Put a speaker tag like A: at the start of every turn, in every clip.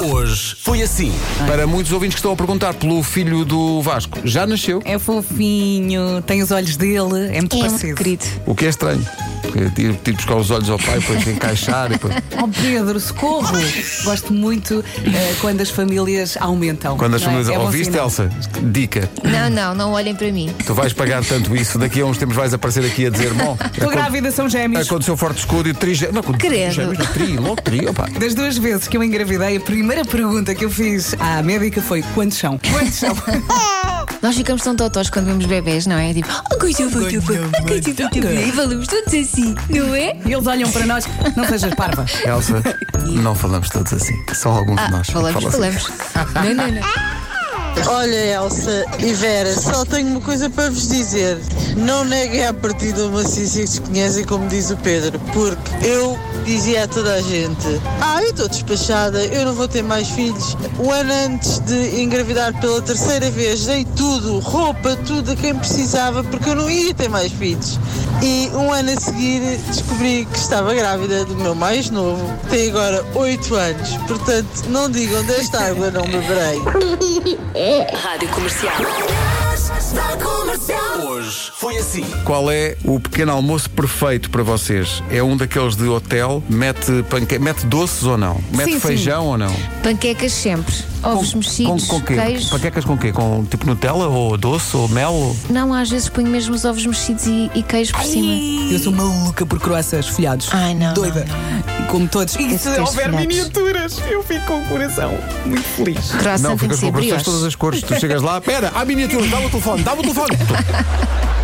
A: Hoje foi assim.
B: Para muitos ouvintes que estão a perguntar pelo filho do Vasco, já nasceu?
C: É fofinho, tem os olhos dele, é muito
D: É
C: parecido.
D: muito querido.
B: O que é estranho. Porque Tive tive de buscar os olhos ao pai, depois de encaixar. e depois-
C: Oh Pedro, socorro! Gosto muito eh, quando as famílias aumentam.
B: Quando as
C: não é?
B: famílias.
C: É bom
B: Ouviste,
C: sinal.
B: Elsa? Dica.
D: Não, Ah, não, não olhem para mim.
B: Tu vais pagar tanto isso, daqui a uns tempos vais aparecer aqui a dizer: Bom,
C: Estou grávida, são gêmeos.
B: aconteceu forte escudo e tri. Não, com-
D: Credo.
B: gêmeos, tri, logo tri, opá.
C: Das duas vezes que eu engravidei, a primeira pergunta que eu fiz à médica foi: quantos são? Quantos são?
D: Nós ficamos tão totós quando vemos bebês, não é? Tipo, oh, coisa fofa, oh, coisa
C: tipo,
D: fofa. E falamos todos assim, não é?
C: E eles olham para nós, não sejas parva.
B: Elsa, não falamos todos assim. Só alguns de
D: Ah,
B: nós.
D: falamos,
B: Fala assim.
D: falamos. Não, não, não.
E: Olha, Elsa e Vera, só tenho uma coisa para vos dizer. Não neguem a partir de uma ciência que desconhecem, como diz o Pedro, porque eu dizia a toda a gente: Ah, eu estou despachada, eu não vou ter mais filhos. O ano antes de engravidar pela terceira vez, dei tudo, roupa, tudo a quem precisava, porque eu não ia ter mais filhos. E um ano a seguir descobri que estava grávida do meu mais novo, que tem agora 8 anos. Portanto, não digam desta água, não beberei.
F: Rádio Comercial.
A: Hoje foi assim.
B: Qual é o pequeno almoço perfeito para vocês? É um daqueles de hotel? Mete, panque... mete doces ou não? Mete
C: Sim,
B: feijão ou não?
D: Panquecas sempre. Ovos mexidos,
B: com, com quê?
D: queijo.
B: Panquecas com quê? Com tipo Nutella ou doce ou mel? ou-
D: Não, às vezes ponho mesmo os ovos mexidos e, e queijo por cima.
C: Eu sou maluca por croissants folhados.
D: Ai, não,
C: Doida. Como todos. E
D: Esse
C: se
D: texto
C: houver
D: folhados.
C: miniaturas, eu fico com o coração muito feliz.
D: Croissant
B: Não,
D: tem que
B: ficas com corações
D: ser brioche.
B: todas as cores. Tu chegas lá, pera, há miniatura, dá-me o telefone, dá-me o telefone.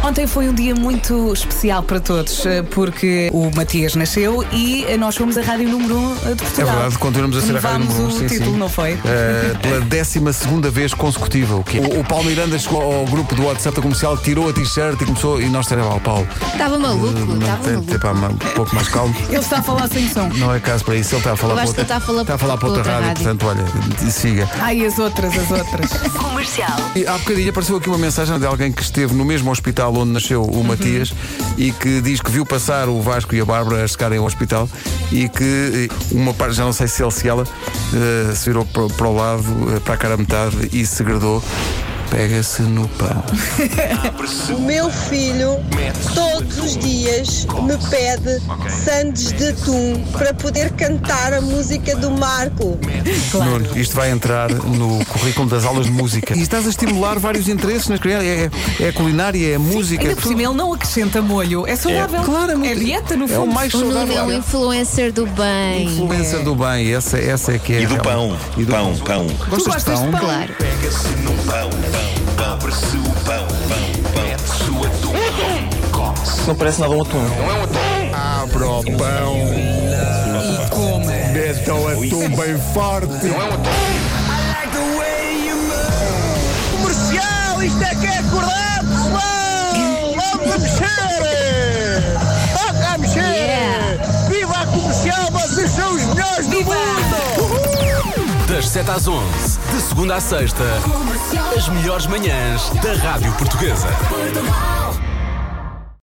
C: Ontem foi um dia muito especial para todos, eh, porque o Matias nasceu e eh, nós fomos a Rádio Número 1 de
B: É
C: Portugal.
B: verdade, continuamos a ser a Rádio
C: Levámos
B: Número um,
C: o
B: sim,
C: título,
B: sim.
C: não foi?
B: Eh, pela décima segunda vez consecutiva. O, que é- o, o Paulo Miranda chegou ao grupo do WhatsApp da comercial, tirou a t-shirt e começou. E nós teremos ao Paulo.
D: Estava
C: Hum.
D: maluco, estava
B: mantém-
D: maluco.
B: pá, um pouco mais calmo.
C: Ele está a falar sem som.
B: Não é caso para isso, ele está a falar
D: Eu
B: para
D: acho que
B: outra,
D: ele está a falar
B: para outra,
D: para outra
B: rádio, portanto, olha, siga.
C: Ai, as outras, as outras.
B: É
F: Comercial.
B: E há bocadinho apareceu aqui uma mensagem de alguém que esteve no mesmo hospital onde nasceu o Matias e que diz que viu passar o Vasco e a Bárbara a chegarem ao hospital e que eh, uma parte, já não sei se ele se ela, eh, se virou para, para o lado, eh, para a cara a metade e segredou. Pega-se no pão.
G: O meu filho todos os dias me pede sandes de atum para poder cantar a música do Marco.
B: Nuno, isto vai entrar no currículo das aulas de música. E estás a estimular vários interesses nas crianças. É, é a culinária, é a música. é
C: Ainda por
B: tudo.
C: cima, ele não acrescenta molho. É saudável.
B: Claro,
C: É dieta, no
B: É
C: fundo.
B: o mais
D: O Nuno é um
B: saudável.
D: influencer do bem.
B: é Influência do bem, essa, essa é que é.
H: E do
B: aquela.
H: pão.
B: E do
H: pão, pão.
C: Tu
B: Gostas de
C: gostas de
B: pão?
C: pão?
D: Claro.
H: Pega-se num pão, pão, pão. Abre-se o pão, pão, pão. Mete-se o atum. Come-se.
I: Não parece nada um atum.
B: Abra o pão. E coma. Meta o atum bem forte.
I: é um
E: Comercial, isto é que é acordar, pessoal! Vamos a mexer! Toca a mexer!
D: Yeah.
E: Viva a comercial, vocês são os melhores do mundo!
A: Das 7 às 11, de segunda à sexta, as melhores manhãs da Rádio Portuguesa.